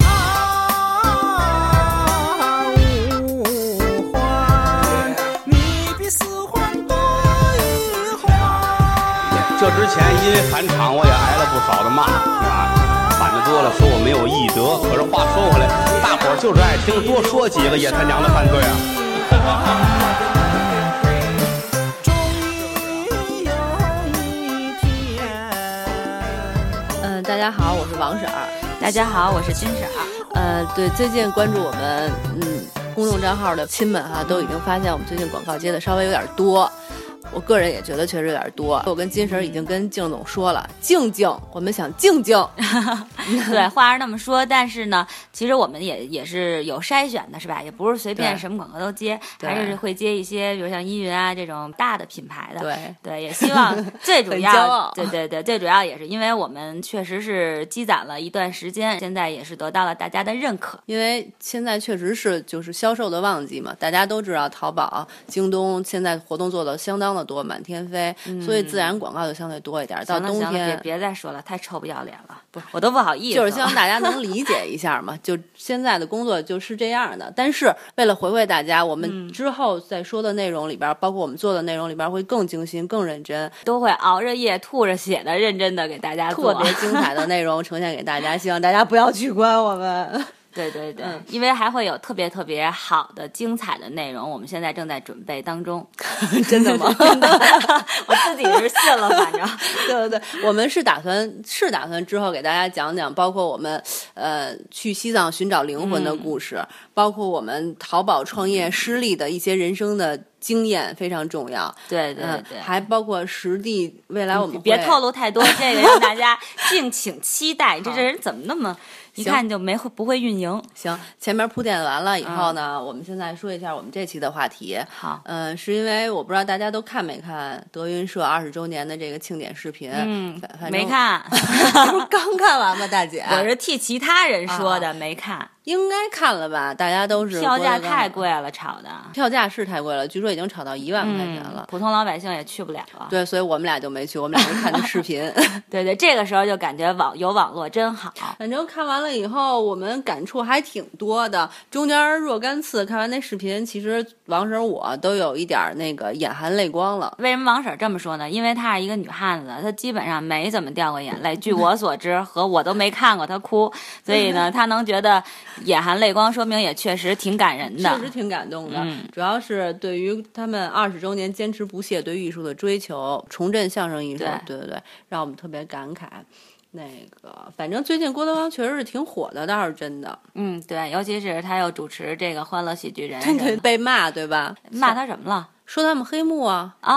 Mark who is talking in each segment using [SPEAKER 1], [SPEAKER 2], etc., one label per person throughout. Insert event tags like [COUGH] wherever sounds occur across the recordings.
[SPEAKER 1] 啊
[SPEAKER 2] 这之前因为返场，我也挨了不少的骂，是吧？反的多了，说我没有艺德。可是话说回来，大伙儿就是爱听，多说几个也他娘的犯罪啊！
[SPEAKER 1] 终于有一天，
[SPEAKER 3] 嗯、大家好，我是王婶儿。
[SPEAKER 4] 大家好，我是金婶
[SPEAKER 3] [LAUGHS]
[SPEAKER 4] 儿。啊
[SPEAKER 3] 呃，对，最近关注我们嗯公众账号的亲们哈、都已经发现我们最近广告接的稍微有点多。我个人也觉得确实有点多。我跟金婶儿已经跟静总说了，静静，我们想静静。
[SPEAKER 4] 对，话是那么说，但是呢，其实我们也也是有筛选的，是吧？也不是随便
[SPEAKER 3] 对
[SPEAKER 4] 什么广告都接，
[SPEAKER 3] 对
[SPEAKER 4] 还是会接一些，比如像依云啊这种大的品牌的。
[SPEAKER 3] 对，
[SPEAKER 4] 对，也希
[SPEAKER 3] [LAUGHS]
[SPEAKER 4] 望最主
[SPEAKER 3] 很骄
[SPEAKER 4] 要
[SPEAKER 3] 傲，
[SPEAKER 4] [LAUGHS] 对对对，最主要也是因为我们确实是积攒了一段时间，现在也是得到了大家的认可。
[SPEAKER 3] 因为现在确实是就是销售的旺季嘛，大家都知道淘宝、京东现在活动做的相当的多，满天飞，所以自然广告就相对多一点儿。到
[SPEAKER 4] 行了
[SPEAKER 3] 冬
[SPEAKER 4] 行了，别
[SPEAKER 3] 天
[SPEAKER 4] 别再说了，太臭不要脸了，不，我都不好意思
[SPEAKER 3] 就
[SPEAKER 4] 了。
[SPEAKER 3] 是希望大家能理解一下嘛， [LAUGHS] 就现在的工作就是这样的。但是为了回馈大家，我
[SPEAKER 4] 嗯
[SPEAKER 3] 们之后再说的内容里边儿，包括我们做的内容里边儿，会更精心、更认真、
[SPEAKER 4] [LAUGHS] [LAUGHS] 都会熬着夜、吐着血的，认真的给大家做
[SPEAKER 3] 特别精彩的内容呈现给大家。希望大家不要取关我们。 [LAUGHS]
[SPEAKER 4] 对对对，
[SPEAKER 3] 嗯
[SPEAKER 4] 因为还会有特别特别好的、精彩的内容，我们现在正在准备当中。
[SPEAKER 3] [LAUGHS] 真的吗 [LAUGHS]
[SPEAKER 4] [LAUGHS] 真的，我自己是信了，反正
[SPEAKER 3] 对对对，我们是打算是打算之后给大家讲讲，包括我们呃去西藏寻找灵魂的故事，
[SPEAKER 4] 嗯
[SPEAKER 3] 包括我们淘宝创业失利的一些人生的经验非常重要。
[SPEAKER 4] 对对
[SPEAKER 3] 嗯
[SPEAKER 4] 对，，
[SPEAKER 3] 还包括实地未来我们
[SPEAKER 4] 别
[SPEAKER 3] 会
[SPEAKER 4] 透露
[SPEAKER 3] [LAUGHS]
[SPEAKER 4] 太多，这个让大家敬请期待。这这人怎么那么一看就没会不会运营？
[SPEAKER 3] 行，前面铺垫完了
[SPEAKER 4] 嗯
[SPEAKER 3] 以后呢，我们现在说一下我们这期的话题。
[SPEAKER 4] 好，
[SPEAKER 3] 嗯、是因为我不知道大家都看没看德云社二十周年的这个庆典视频，
[SPEAKER 4] 嗯
[SPEAKER 3] 呃反反，正哎
[SPEAKER 4] 没，看，
[SPEAKER 3] [LAUGHS] 不是刚看完吗？大姐，
[SPEAKER 4] [LAUGHS] 我是替其他人说的，没看，
[SPEAKER 3] 应该看了吧？大家啊都是
[SPEAKER 4] 票价
[SPEAKER 3] 郭德纲
[SPEAKER 4] 太，贵了，炒的。
[SPEAKER 3] 票价是太贵了，据说已经炒到一万块钱
[SPEAKER 4] 嗯
[SPEAKER 3] 了。
[SPEAKER 4] 普通老百姓也去不了了。
[SPEAKER 3] 对，所以我们俩就没去，我们俩就看的视频。 [LAUGHS]
[SPEAKER 4] 对对，这个时候就感觉网有网络真好。
[SPEAKER 3] 反正看完了以后，我们感触还挺多的。中间若干次看完那视频，其实王婶儿我都有一点儿那个眼含泪光了。
[SPEAKER 4] 为什么王婶儿这么说呢？因为她是一个女汉子，她基本上没怎么掉过眼泪。据我所知，和我都没看过她哭，所以呢，她能觉得眼含泪光，说明也确实挺感人的
[SPEAKER 3] 确。实挺感动的。
[SPEAKER 4] 嗯
[SPEAKER 3] 主要是对于他们二十周年坚持不懈对艺术的追求，重振相声艺术，对对对，让我们特别感慨。那个，反正最近郭德纲确实是挺火的，倒是真的。
[SPEAKER 4] 嗯，对，尤其是她又主持这个《欢乐喜剧人》什
[SPEAKER 3] 对
[SPEAKER 4] 么的，
[SPEAKER 3] 对， [LAUGHS] 被骂对吧？
[SPEAKER 4] 哎骂她什么了？
[SPEAKER 3] 说他们黑幕啊，
[SPEAKER 4] 哦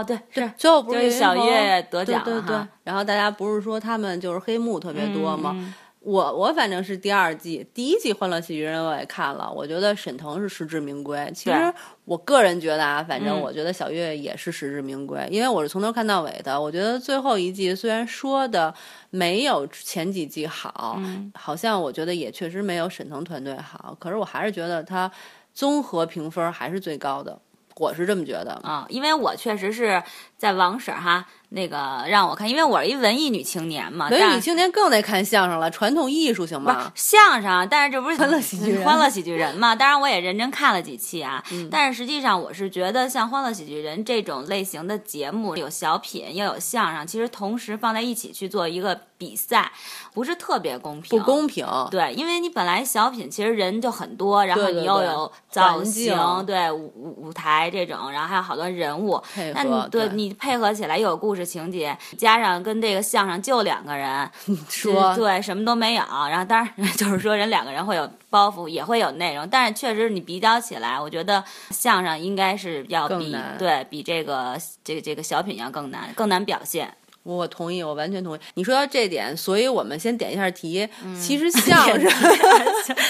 [SPEAKER 4] 哦，对，是
[SPEAKER 3] 最后不
[SPEAKER 4] 就是是小岳
[SPEAKER 3] 岳
[SPEAKER 4] 得奖了
[SPEAKER 3] 对对对
[SPEAKER 4] 哈。
[SPEAKER 3] 然后大家不是说他们就是黑幕特别多吗？
[SPEAKER 4] 嗯
[SPEAKER 3] 我我反正是第二季，第一季《欢乐喜剧人》我也看了，我觉得沈腾是实至名归。其实
[SPEAKER 4] 对
[SPEAKER 3] 我个人觉得啊，反正
[SPEAKER 4] 嗯
[SPEAKER 3] 我觉得小岳也是实至名归，因为我是从头看到尾的。我觉得最后一季虽然说的没有前几季好，
[SPEAKER 4] 嗯
[SPEAKER 3] 好像我觉得也确实没有沈腾团队好，可是我还是觉得他综合评分还是最高的，我是这么觉得。
[SPEAKER 4] 啊、因为我确实是在王婶儿哈那个让我看，因为我是一文艺女青年嘛，
[SPEAKER 3] 文
[SPEAKER 4] 但
[SPEAKER 3] 艺青年更得看相声了，传统艺术行
[SPEAKER 4] 不是
[SPEAKER 3] 吗？
[SPEAKER 4] 相声，啊但是这不是欢
[SPEAKER 3] 啊乐喜剧人嗯
[SPEAKER 4] 欢乐喜剧人嘛？当 [LAUGHS] 然我也认真看了几期啊，但是实际上我是觉得像欢乐喜剧人这种类型的节目，有小品又有相声，其实同时放在一起去做一个比赛，不是特别公平。
[SPEAKER 3] 不公平。
[SPEAKER 4] 对，因为你本来小品其实人就很多，然后
[SPEAKER 3] 对对
[SPEAKER 4] 你又
[SPEAKER 3] 对
[SPEAKER 4] 有
[SPEAKER 3] 环
[SPEAKER 4] 造
[SPEAKER 3] 境
[SPEAKER 4] 型，对舞舞舞台这种，然后还有好多人物，
[SPEAKER 3] 配
[SPEAKER 4] 那
[SPEAKER 3] 合
[SPEAKER 4] 你对
[SPEAKER 3] 对
[SPEAKER 4] 你配合起来又有故事情节，加上跟这个相声就两个人，
[SPEAKER 3] 说
[SPEAKER 4] 对什么都没有，然后当然 [LAUGHS] 就是说人两个人会有包袱，也会有内容，但是确实你比较起来，我觉得相声应该是要
[SPEAKER 3] 更
[SPEAKER 4] 比
[SPEAKER 3] 难
[SPEAKER 4] 对比这个这个这个小品要更难，更难表
[SPEAKER 5] [LAUGHS]
[SPEAKER 4] 现。
[SPEAKER 3] 我同意，我完全同意。你说到这点，所以我们先点一下题。
[SPEAKER 4] 嗯
[SPEAKER 3] 其实相声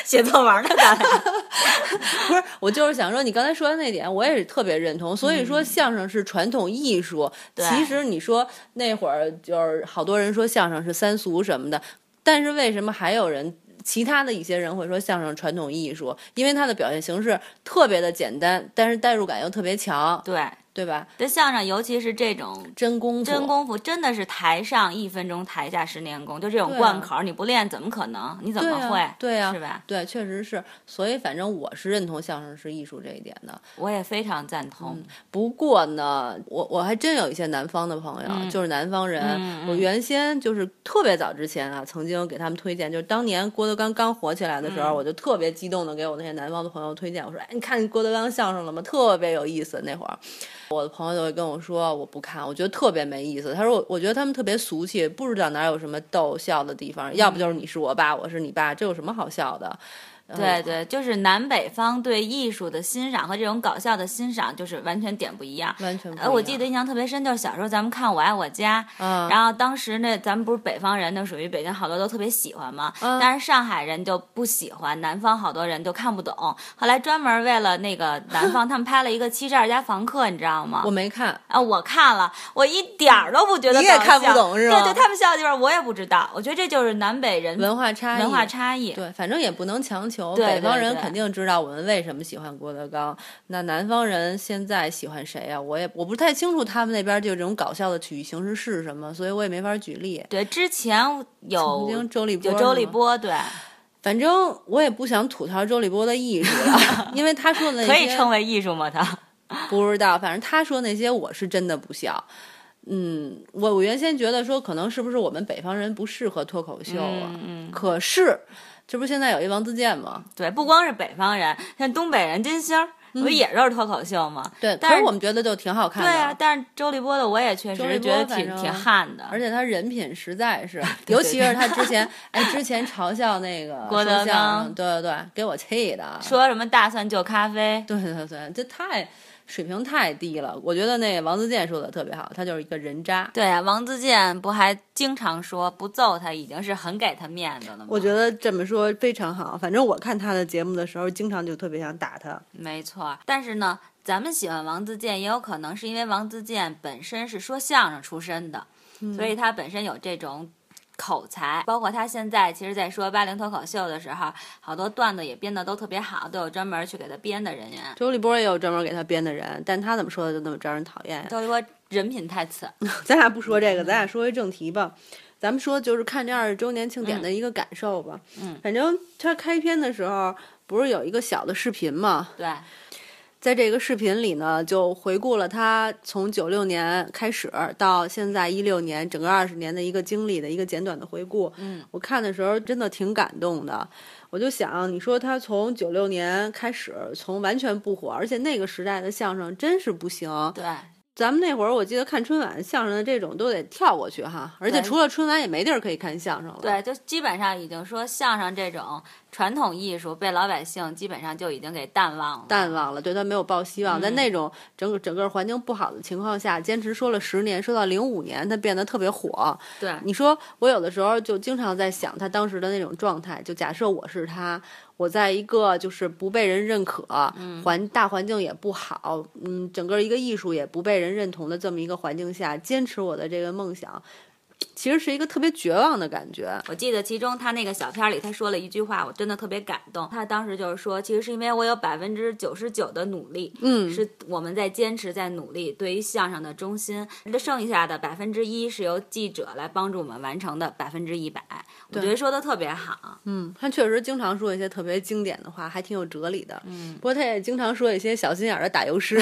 [SPEAKER 4] 写作文呢，咱俩
[SPEAKER 3] 不是， [LAUGHS] 我就是想说，你刚才说的那点，我也是特别认同。所以说，相声是传统艺术。
[SPEAKER 4] 嗯对
[SPEAKER 3] 其实你说那会儿就是好多人说相声是三俗什么的，但是为什么还有人？其他的一些人会说相声传统艺术，因为它的表现形式特别的简单，但是代入感又特别强。
[SPEAKER 4] [LAUGHS] 对。
[SPEAKER 5] 对吧？
[SPEAKER 4] 这相声尤其是这种
[SPEAKER 5] 真功夫，
[SPEAKER 4] 真功夫，真的是台上一分钟，台下十年功，就这种
[SPEAKER 5] 对啊
[SPEAKER 4] 贯口儿，你不练怎么可能？你怎
[SPEAKER 5] 对
[SPEAKER 4] 么
[SPEAKER 5] 啊
[SPEAKER 4] 会？
[SPEAKER 5] 对呀、
[SPEAKER 4] 是吧？
[SPEAKER 5] 对，确实是。所以，反正我是认同相声是艺术这一点的。
[SPEAKER 4] 我也非常赞同。
[SPEAKER 5] 不过呢，我我还真有一些南方的朋友，就是南方人。
[SPEAKER 4] 嗯嗯
[SPEAKER 5] 我原先就是特别早之前啊，曾经给他们推荐，就是当年郭德纲刚火起来的
[SPEAKER 4] 嗯
[SPEAKER 5] 时候，我就特别激动的给我那些南方的朋友推荐，我说：“哎，你看郭德纲相声了吗？特别有意思。”那会儿，我的朋友就会跟我说：“我不看，我觉得特别没意思。”他说我：“我觉得他们特别俗气，不知道哪有什么逗笑的地
[SPEAKER 4] 嗯
[SPEAKER 5] 方，要不就是你是我爸，我是你爸，这有什么好笑的？”嗯呃
[SPEAKER 4] 对对，就是南北方对艺术的欣赏和这种搞笑的欣赏，就是完全点不一样。
[SPEAKER 5] 完嗯全不一
[SPEAKER 4] 呃，
[SPEAKER 5] 样。
[SPEAKER 4] 我记得印象特别深，就是小时候咱们看《我爱我家》，
[SPEAKER 5] 啊，
[SPEAKER 4] 然后当时呢，咱们不是北方人，那属于北京好多都特别喜欢嘛，
[SPEAKER 5] 嗯
[SPEAKER 4] 但是上海人就不喜欢，南方好多人就看不懂。后来专门为了那个南
[SPEAKER 5] [LAUGHS]
[SPEAKER 4] 方，他们拍了一个《七十二家房客》，你知道吗
[SPEAKER 5] 我？没看。
[SPEAKER 4] 啊，我看了，我一点儿都不觉得
[SPEAKER 5] 你也
[SPEAKER 4] 搞
[SPEAKER 5] 看不
[SPEAKER 4] 笑
[SPEAKER 5] 懂是吗
[SPEAKER 4] 对对，他们笑的地方我也不知道，我觉得这就是南北人
[SPEAKER 5] 文化差异，
[SPEAKER 4] 嗯文化差异。
[SPEAKER 5] 对，反正也不能强求。
[SPEAKER 4] 对
[SPEAKER 5] 北方
[SPEAKER 4] 对
[SPEAKER 5] 人
[SPEAKER 4] 对
[SPEAKER 5] 肯定知道我们为什么喜欢郭德纲，那南方人现在喜欢谁呀、啊我也我不太清楚他们那边就这种搞笑的曲艺形式是什么，所以我也没法举例。
[SPEAKER 4] 对，之前
[SPEAKER 5] 曾
[SPEAKER 4] 有
[SPEAKER 5] 经周立波，
[SPEAKER 4] 有周立，波，对，
[SPEAKER 5] 反正我也不想吐槽周立波的艺术了， [LAUGHS] 因为他说的那些
[SPEAKER 4] 可以称为艺术吗？他
[SPEAKER 5] 不知道，反正他说那些我是真的不笑。嗯，我我原先觉得说可能是不是我们北方人不适合脱口秀啊，
[SPEAKER 4] 嗯 [LAUGHS]
[SPEAKER 5] 可是这不是现在有一王自健吗？
[SPEAKER 4] 对，不光是北方人，像东北人金星儿不也都是脱口秀吗？
[SPEAKER 5] 嗯对，
[SPEAKER 4] 但
[SPEAKER 5] 可
[SPEAKER 4] 是
[SPEAKER 5] 是我们觉得就挺好看
[SPEAKER 4] 对
[SPEAKER 5] 的。
[SPEAKER 4] 啊，但是周立波的我也确
[SPEAKER 5] 周立
[SPEAKER 4] 实
[SPEAKER 5] 波
[SPEAKER 4] 觉得
[SPEAKER 5] 反
[SPEAKER 4] 挺
[SPEAKER 5] 正
[SPEAKER 4] 挺悍的，
[SPEAKER 5] 而且他人品实在是，
[SPEAKER 3] 啊
[SPEAKER 5] [LAUGHS]
[SPEAKER 4] 对
[SPEAKER 5] 尤其是他之前，哎，之前嘲笑那个
[SPEAKER 4] 郭德
[SPEAKER 5] 说相
[SPEAKER 4] 纲
[SPEAKER 5] 声对对对，给我气的。
[SPEAKER 4] 说什么大蒜就咖啡，
[SPEAKER 5] 对对对，这太水平太低了。我觉得那王自健说的特别好，他就是一个人渣。
[SPEAKER 4] 对啊，王自健不还经常说不揍他已经是很给他面子了吗？
[SPEAKER 3] 我觉得这么说非常好。反正我看他的节目的时候，经常就特别想打他。
[SPEAKER 4] 没错，但是呢，咱们喜欢王自健，也有可能是因为王自健本身是说相声出身的，所以他本身有这种口才。包括他现在其实，在说八零脱口秀的时候，好多段子也编的都特别好，都有专门去给他编的人员。
[SPEAKER 3] 周立波也有专门给他编的人，但他怎么说的就那么招人讨厌呀？
[SPEAKER 4] 都说人品太次，
[SPEAKER 3] 咱俩不说这
[SPEAKER 4] 嗯
[SPEAKER 3] 个，咱俩说回正题吧。咱们说就是看这二十周年庆典的一个感受吧。
[SPEAKER 4] 嗯嗯
[SPEAKER 3] 反正他开篇的时候不是有一个小的视频嘛，
[SPEAKER 4] 对，
[SPEAKER 3] 在这个视频里呢，就回顾了他从九六年开始到现在一六年整个二十年的一个经历的一个简短的回顾。
[SPEAKER 4] 嗯，
[SPEAKER 3] 我看的时候真的挺感动的。我就想，你说他从九六年开始，从完全不火，而且那个时代的相声真是不行。
[SPEAKER 4] 对，
[SPEAKER 3] 咱们那会儿，我记得看春晚相声的这种都得跳过去哈，而且
[SPEAKER 4] 对
[SPEAKER 3] 除了春晚也没地儿可以看相声了。
[SPEAKER 4] 对，就基本上已经说相声这种传统艺术被老百姓基本上就已经给淡忘了。
[SPEAKER 3] 淡忘了，对他没有抱希望。在
[SPEAKER 4] 嗯
[SPEAKER 3] 那种整个整个环境不好的情况下，坚持说了十年，说到零五年，他变得特别火。
[SPEAKER 4] 对，
[SPEAKER 3] 你说我有的时候就经常在想他当时的那种状态，就假设我是他，我在一个就是不被人认可，
[SPEAKER 4] 嗯
[SPEAKER 3] 环大环境也不好，嗯，整个一个艺术也不被人认同的这么一个环境下，坚持我的这个梦想，其实是一个特别绝望的感觉。
[SPEAKER 4] 我记得其中他那个小片儿里，他说了一句话，我真的特别感动。他当时就是说，其实是因为我有百分之九十九的努力，
[SPEAKER 3] 嗯，
[SPEAKER 4] 是我们在坚持、在努力，对于相声的中心，那剩下的百分之一是由记者来帮助我们完成的百分之一百。我觉得说的特别好，
[SPEAKER 3] 嗯，他确实经常说一些特别经典的话，还挺有哲理的。嗯，不过他也经常说一些小心眼儿的打油诗。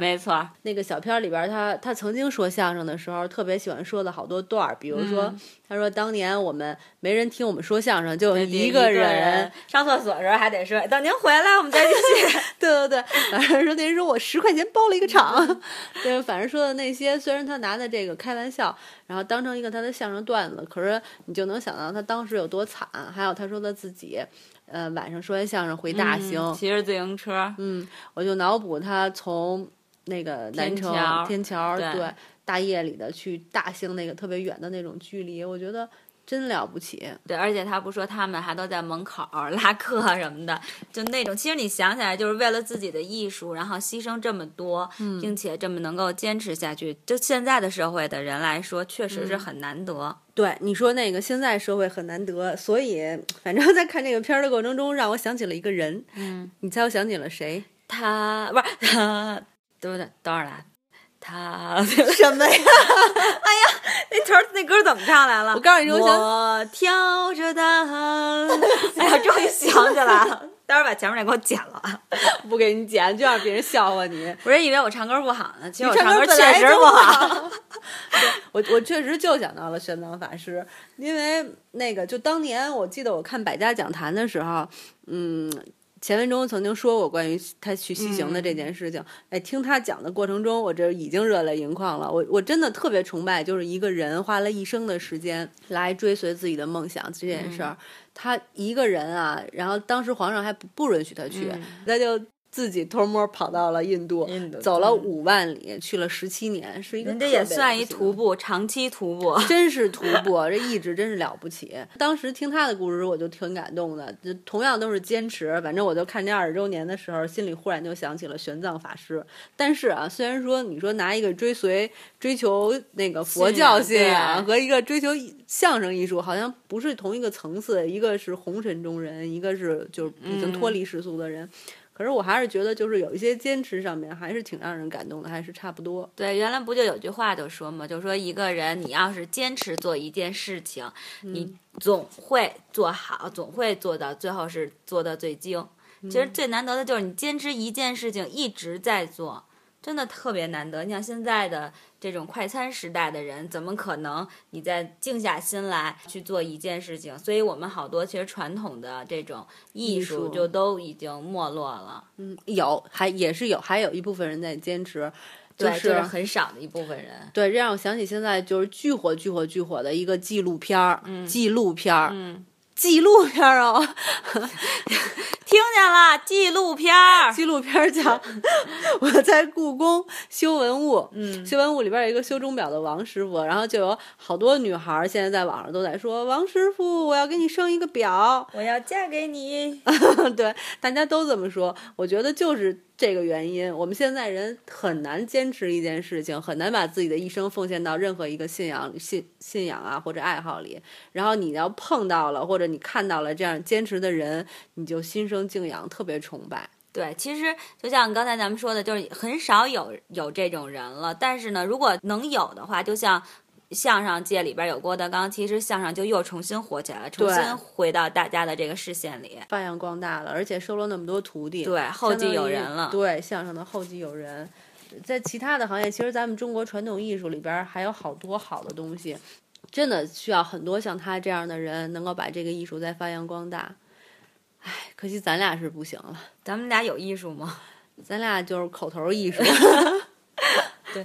[SPEAKER 4] 没错儿，
[SPEAKER 3] 那个小片儿里边儿他，他曾经说相声的时候，特别喜欢说的好多段儿，比如说、他说当年我们没人听我们说相声，就有
[SPEAKER 4] 一
[SPEAKER 3] 个
[SPEAKER 4] 人上厕所的时候还得说：“等您回来，我们再继
[SPEAKER 3] [LAUGHS]
[SPEAKER 4] 续。
[SPEAKER 3] 对对对，反正说那人说我十块钱包了一个场， [LAUGHS] 对，反正说的那些，虽然他拿的这个开玩笑，然后当成一个他的相声段子，可是你就能想到他当时有多惨。还有他说他自己，呃，晚上说完相声回大兴，
[SPEAKER 4] 嗯骑着自行车，
[SPEAKER 3] 嗯，我就脑补他从那个南城
[SPEAKER 4] 天桥
[SPEAKER 3] 天桥
[SPEAKER 4] 对
[SPEAKER 3] 对大夜里的去大兴那个特别远的那种距离，我觉得真了不起。
[SPEAKER 4] 对，而且他不说他们还都在门口儿拉客啊什么的，就那种。其实你想起来，就是为了自己的艺术，然后牺牲这么多，并且这么能够坚持下去，就现在的社会的人来说，确实是很难得。
[SPEAKER 3] 对你说那个现在社会很难得，所以反正在看这个片儿的过程中，让我想起了一个人，
[SPEAKER 4] 嗯，
[SPEAKER 3] 你猜我想起了谁？
[SPEAKER 4] 他不是他 [LAUGHS] 对对，当然了，他 [LAUGHS]
[SPEAKER 3] 什么呀？
[SPEAKER 4] 哎那词儿那歌怎么唱来了？
[SPEAKER 3] 我告诉你我想
[SPEAKER 4] 我挑着担。 [LAUGHS] 哎呀，终于想起来 [LAUGHS] 了，待会儿把前面那给我剪了啊。
[SPEAKER 3] 不给你剪，就让别人笑
[SPEAKER 4] [LAUGHS]
[SPEAKER 3] 话你。
[SPEAKER 4] 我真以为我唱歌不好呢，其实我
[SPEAKER 3] 你唱歌
[SPEAKER 4] 歌
[SPEAKER 3] 本
[SPEAKER 4] 确
[SPEAKER 3] 来
[SPEAKER 4] 实
[SPEAKER 3] 就
[SPEAKER 4] 不好。
[SPEAKER 3] [LAUGHS] 我我确实就想到了玄奘法师，因为那个就当年我记得我看百家讲坛的时候，嗯，钱文忠曾经说过关于他去西行的
[SPEAKER 4] 嗯
[SPEAKER 3] 这件事情。哎，听他讲的过程中，我这已经热泪盈眶了。我我真的特别崇拜，就是一个人花了一生的时间来追随自己的梦想这件事儿。
[SPEAKER 4] 嗯
[SPEAKER 3] 他一个人啊，然后当时皇上还不不允许他去，他就。自己偷摸跑到了印度，
[SPEAKER 4] 嗯印度
[SPEAKER 3] 走了
[SPEAKER 4] 嗯
[SPEAKER 3] 五万里，去了十七年，是一个
[SPEAKER 4] 人家
[SPEAKER 3] 特
[SPEAKER 4] 也
[SPEAKER 3] 别
[SPEAKER 4] 算
[SPEAKER 3] 不
[SPEAKER 4] 一
[SPEAKER 3] 行
[SPEAKER 4] 徒步，长期徒步。
[SPEAKER 3] 真是徒步，这意志真是了不起。当时听他的故事，我就挺感动的。就同样都是坚持，反正我就看这二十周年的时候，心里忽然就想起了玄奘法师。但是啊，虽然说你说拿一个追随追求那个佛教信
[SPEAKER 4] 信
[SPEAKER 3] 仰
[SPEAKER 4] 仰
[SPEAKER 3] 和一个追求相声艺术，好像不是同一个层次，一个是红尘中人，一个是就是已经脱离世俗的人。可是我还是觉得，就是有一些坚持上面还是挺让人感动的，还是差不多。
[SPEAKER 4] 对，原来不就有句话就说嘛，就说一个人你要是坚持做一件事情，
[SPEAKER 3] 嗯
[SPEAKER 4] 你总会做好，总会做到最后是做到最精。
[SPEAKER 3] 嗯
[SPEAKER 4] 其实最难得的就是你坚持一件事情一直在做，真的特别难得。你像现在的这种快餐时代的人，怎么可能你再静下心来去做一件事情？所以我们好多其实传统的这种艺
[SPEAKER 3] 艺
[SPEAKER 4] 术
[SPEAKER 3] 术
[SPEAKER 4] 就都已经没落了，
[SPEAKER 3] 嗯有，还也是有，还有一部分人在坚持，就
[SPEAKER 4] 对，
[SPEAKER 3] 是
[SPEAKER 4] 就是啊很少的一部分人。
[SPEAKER 3] 对，这让我想起现在就是巨火、巨火、巨火的一个纪录片儿，纪录片儿，
[SPEAKER 4] 嗯
[SPEAKER 3] 纪录片儿哦，
[SPEAKER 4] 听见了，纪录片儿。
[SPEAKER 3] 纪录片儿讲 [LAUGHS] 我在故宫修文物，嗯，修文物里边有一个修钟表的王师傅，然后就有好多女孩儿现在在网上都在说王师傅，我要给你生一个表，
[SPEAKER 4] 我要嫁给你。
[SPEAKER 3] [LAUGHS] 对，大家都这么说，我觉得就是这个原因。我们现在人很难坚持一件事情，很难把自己的一生奉献到任何一个信仰、信信仰啊或者爱好里。然后你要碰到了，或者你看到了这样坚持的人，你就心生敬仰，特别崇拜。
[SPEAKER 4] [LAUGHS] 对，其实就像刚才咱们说的，就是很少有有这种人了。但是呢，如果能有的话，就像。相声界里边有郭德纲，其实相声就又重新火起来了，重
[SPEAKER 3] 对
[SPEAKER 4] 新回到大家的这个视线里。
[SPEAKER 3] 发扬光大了，而且收了那么多徒弟，
[SPEAKER 4] 对后继
[SPEAKER 3] 相当
[SPEAKER 4] 有
[SPEAKER 3] 于
[SPEAKER 4] 人了
[SPEAKER 3] 对，相声的后继有人，在其他的行业，其实咱们中国传统艺术里边儿还有好多好的东西，真的需要很多像他这样的人能够把这个艺术再发扬光大。唉，可惜咱俩是不行了，
[SPEAKER 4] 咱们俩有艺术吗？
[SPEAKER 3] 咱俩就是口头艺术。
[SPEAKER 4] [LAUGHS]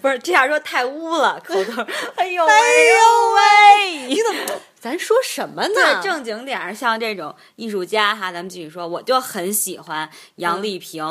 [SPEAKER 4] 不是，这样说太污了，口 [LAUGHS] 头。哎呦喂，哎呦喂！
[SPEAKER 3] 咱说什么呢？
[SPEAKER 4] 对，正经点儿，像这种艺术家哈，咱们继续说，我就很喜欢杨丽 [LAUGHS] 萍。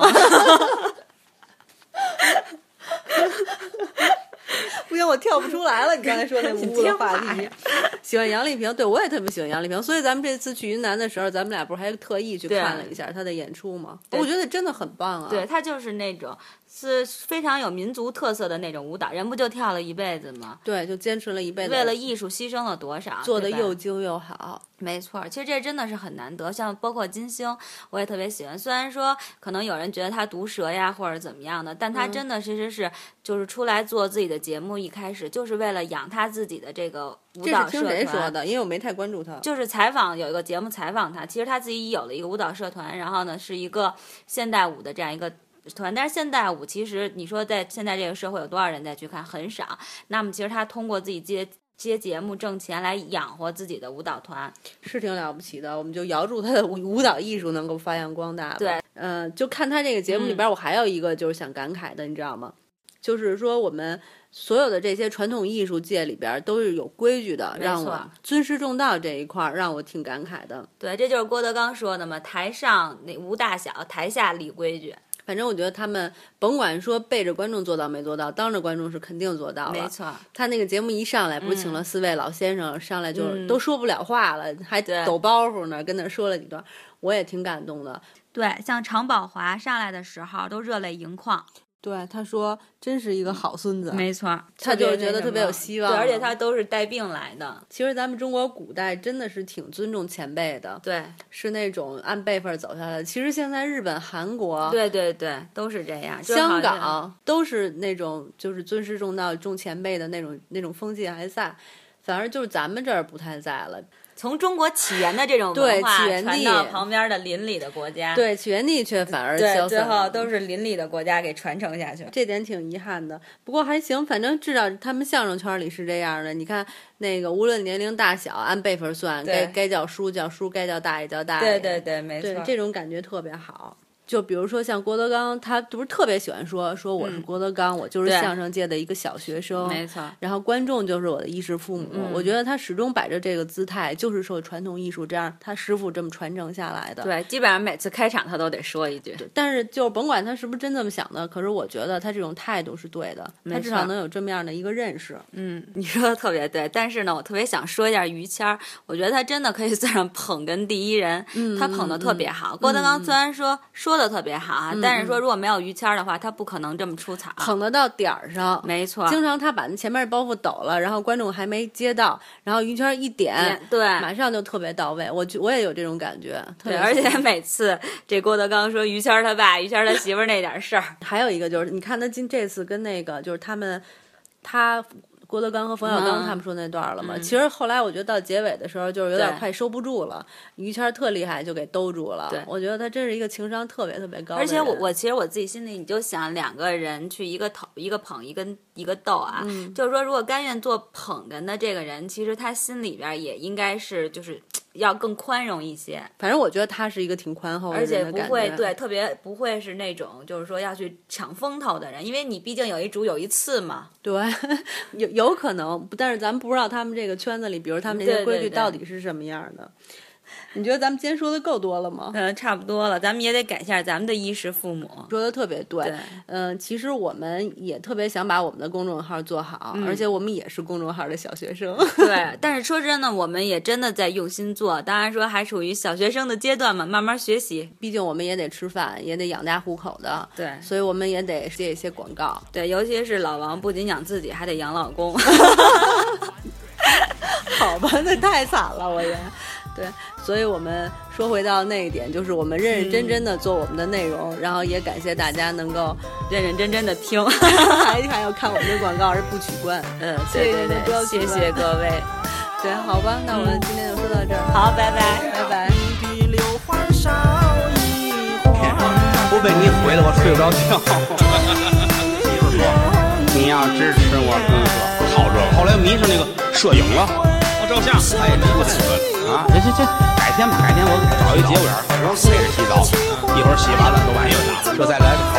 [SPEAKER 3] 不行，我跳不出来了。你刚才说那
[SPEAKER 4] [LAUGHS] 你
[SPEAKER 3] 污
[SPEAKER 4] 听
[SPEAKER 3] 的话
[SPEAKER 4] 话
[SPEAKER 3] 题
[SPEAKER 4] 呀，
[SPEAKER 3] [LAUGHS] 喜欢杨丽萍，对我也特别喜欢杨丽萍。所以咱们这次去云南的时候，咱们俩不是还特意去
[SPEAKER 4] 对
[SPEAKER 3] 看了一下她的演出吗？
[SPEAKER 4] 对
[SPEAKER 3] 我觉得真的很棒啊！
[SPEAKER 4] 对，他就是那种是非常有民族特色的那种舞蹈，人不就跳了一辈子吗？
[SPEAKER 3] 对，就坚持了一辈子，
[SPEAKER 4] 为了艺术牺牲了多少，
[SPEAKER 3] 做的
[SPEAKER 4] 对吧
[SPEAKER 3] 又精又好。
[SPEAKER 4] 没错儿。其实这真的是很难得，像包括金星，我也特别喜欢。虽然说可能有人觉得他毒舌呀，或者怎么样的，但
[SPEAKER 3] 嗯
[SPEAKER 4] 他真的其实是、就是出来做自己的节目，一开始就是为了养他自己的这个舞
[SPEAKER 3] 这
[SPEAKER 4] 蹈
[SPEAKER 3] 是
[SPEAKER 4] 社
[SPEAKER 3] 听谁
[SPEAKER 4] 团
[SPEAKER 3] 说的？因为我没太关注他。
[SPEAKER 4] 就是采访有一个节目采访他，其实他自己有了一个舞蹈社团，然后呢是一个现代舞的这样一个团，但是现代舞其实你说在现在这个社会有多少人再去看，很少。那么其实他通过自己接接节目挣钱来养活自己的舞蹈团，
[SPEAKER 3] 是挺了不起的，我们就遥祝他的舞舞蹈艺术能够发扬光大吧。
[SPEAKER 4] 对，嗯
[SPEAKER 3] 呃，就看他这个节目里边，我还有一个就是想感慨的，你知道吗？就是说我们所有的这些传统艺术界里边都是有规矩的，
[SPEAKER 4] 没错
[SPEAKER 3] 让我尊师重道这一块儿让我挺感慨的。
[SPEAKER 4] 对，这就是郭德纲说的嘛，台上那无大小，台下立规矩，
[SPEAKER 3] 反正我觉得他们甭管说背着观众做到没做到，当着观众是肯定做到了。
[SPEAKER 4] 没错。
[SPEAKER 3] 他那个节目一上来，不是请了四位老先生，上来就是
[SPEAKER 4] 嗯
[SPEAKER 3] 都说不了话了，还
[SPEAKER 4] 对
[SPEAKER 3] 抖包袱呢，跟那儿说了几段，我也挺感动的。
[SPEAKER 4] 对，像常宝华上来的时候都热泪盈眶，
[SPEAKER 3] 对，他说真是一个好孙子，
[SPEAKER 4] 没错，
[SPEAKER 3] 他就是觉得特别有希望
[SPEAKER 4] 对，而且他都是带病来的，
[SPEAKER 3] 其实咱们中国古代真的是挺尊重前辈的，
[SPEAKER 4] 对，
[SPEAKER 3] 是那种按辈分走下来的。其实现在日本、韩国、
[SPEAKER 4] 对对对，都是这样。就好
[SPEAKER 3] 香
[SPEAKER 4] 像
[SPEAKER 3] 港都是那种就是尊师重道、重前辈的那种那种风气还在，反而就是咱们这儿不太在了。
[SPEAKER 4] 从中国起源的这种
[SPEAKER 3] 对
[SPEAKER 4] 文化
[SPEAKER 3] 起源
[SPEAKER 4] 传
[SPEAKER 3] 地
[SPEAKER 4] 到旁边的邻里的国家，
[SPEAKER 3] 对，起源地却反而
[SPEAKER 4] 哎对，
[SPEAKER 3] 消
[SPEAKER 4] 最
[SPEAKER 3] 散
[SPEAKER 4] 后
[SPEAKER 3] 了。
[SPEAKER 4] 都是邻里的国家给传承下去。
[SPEAKER 3] 这点挺遗憾的，不过还行，反正至少他们相声圈里是这样的。你看那个，无论年龄大小，按辈分算，
[SPEAKER 4] 对
[SPEAKER 3] 该该叫叔叫叔，该叫大爷叫大
[SPEAKER 4] 对
[SPEAKER 3] 爷。
[SPEAKER 4] 对对，没错
[SPEAKER 3] 对，，这种感觉特别好。就比如说像郭德纲，他不是特别喜欢说说我是郭德纲，我就是
[SPEAKER 4] 嗯对
[SPEAKER 3] 相声界的一个小学生，
[SPEAKER 4] 没错嗯
[SPEAKER 3] 然后观众就是我的衣食父母，我觉得他始终摆着这个姿态，就是受传统艺术这样他师傅这么传承下来的。，
[SPEAKER 4] 对，基本上每次开场他都得说一句，
[SPEAKER 3] 但是就甭管他是不是真这么想的，可是我觉得他这种态度是对的，
[SPEAKER 4] 没
[SPEAKER 3] 他至少
[SPEAKER 4] 错
[SPEAKER 3] 能有这么样的一个认识。
[SPEAKER 4] 嗯，你说的特别对，但是呢，我特别想说一下于谦儿，我觉得他真的可以算上捧哏第一人，他捧的特别好。郭德纲虽然说、说的特别好啊，但是说如果没有于谦儿的话，他不可能这么出彩儿。
[SPEAKER 3] 捧得到点儿上。
[SPEAKER 4] 没错，
[SPEAKER 3] 经常他把那前面的包袱抖了，然后观众还没接到，然后于谦一点，
[SPEAKER 4] 对
[SPEAKER 3] 马上就特别到位。我就我也有这种感觉，特
[SPEAKER 4] 对，
[SPEAKER 3] 别
[SPEAKER 4] 而
[SPEAKER 3] [LAUGHS]
[SPEAKER 4] 且
[SPEAKER 3] 喜欢
[SPEAKER 4] 每次这郭德纲说于谦儿他爸、于谦儿他媳妇儿那点事儿，
[SPEAKER 3] 还有一个就是，你看他今这次跟那个就是他们，他郭德纲和冯小刚
[SPEAKER 4] 嗯
[SPEAKER 3] 他们说那段了嘛。其实后来我觉得到结尾的时候，就是有点
[SPEAKER 4] 对
[SPEAKER 3] 快收不住了，于谦特厉害，就给兜住了
[SPEAKER 4] 对。
[SPEAKER 3] 我觉得他真是一个情商特别特别高的
[SPEAKER 4] [LAUGHS] 而
[SPEAKER 3] 人，
[SPEAKER 4] 且我我其实我自己心里，你就想两个人去一个投一个捧一个一个逗啊，就是说如果甘愿做捧哏的这个人，其实他心里边也应该是就是要更宽容一些，
[SPEAKER 3] 反正我觉得他是一个挺宽厚的
[SPEAKER 4] 而且
[SPEAKER 3] 人的
[SPEAKER 4] 不
[SPEAKER 3] 感觉，
[SPEAKER 4] 会对特别不会是那种就是说要去抢风头的人，因为你毕竟有一主有一次嘛。
[SPEAKER 3] 对， [LAUGHS] 有有可能，但是咱们不知道他们这个圈子里，比如他们这
[SPEAKER 4] 对对
[SPEAKER 3] 些规矩
[SPEAKER 4] 对
[SPEAKER 3] 到底是什么样的。你觉得咱们今天说的够多了
[SPEAKER 4] [LAUGHS]
[SPEAKER 3] 吗？
[SPEAKER 4] 嗯，差不多了，咱们也得改一下咱们的衣食父母。
[SPEAKER 3] 说的特别对，
[SPEAKER 4] 对
[SPEAKER 3] 嗯、其实我们也特别想把我们的公众号做好，
[SPEAKER 4] 嗯
[SPEAKER 3] 而且我们也是公众号的小学
[SPEAKER 4] [LAUGHS]
[SPEAKER 3] 生，
[SPEAKER 4] 对，但是说真的，我们也真的在用心做，当然说还属于小学生的阶段嘛，慢慢学习。
[SPEAKER 3] 毕竟我们也得吃饭，也得养家糊口的，
[SPEAKER 4] 对
[SPEAKER 3] 所以我们也得接一些广告。
[SPEAKER 4] 对，尤其是老王，不仅养自己，还得养老公。 [LAUGHS]
[SPEAKER 3] 好吧， [LAUGHS] 那太惨了，我也。对，所以我们说回到那一点，就是我们认认真真的做我们的内容，然后也感谢大家能够 [LAUGHS]
[SPEAKER 4] 认认真真的听。 [LAUGHS]
[SPEAKER 3] 还还要看我们的广告而不取关。
[SPEAKER 4] 嗯，
[SPEAKER 3] 对对
[SPEAKER 4] 对对
[SPEAKER 3] 对
[SPEAKER 4] 对，谢谢各位，
[SPEAKER 3] 对，好吧，那我们今天就说到这儿，
[SPEAKER 4] 好，拜拜。
[SPEAKER 3] 拜拜。
[SPEAKER 1] 你的榴花少一花，
[SPEAKER 2] 不被你毁了，我睡不着觉。 [LAUGHS] 媳妇说：“你要支持我，真是好这。”后来迷上那个摄影了，我照相，哎，这不准啊！这这这，改天吧，改天我找一结尾儿，我说睡着洗澡，一会儿洗完了，都晚又打，这再来个头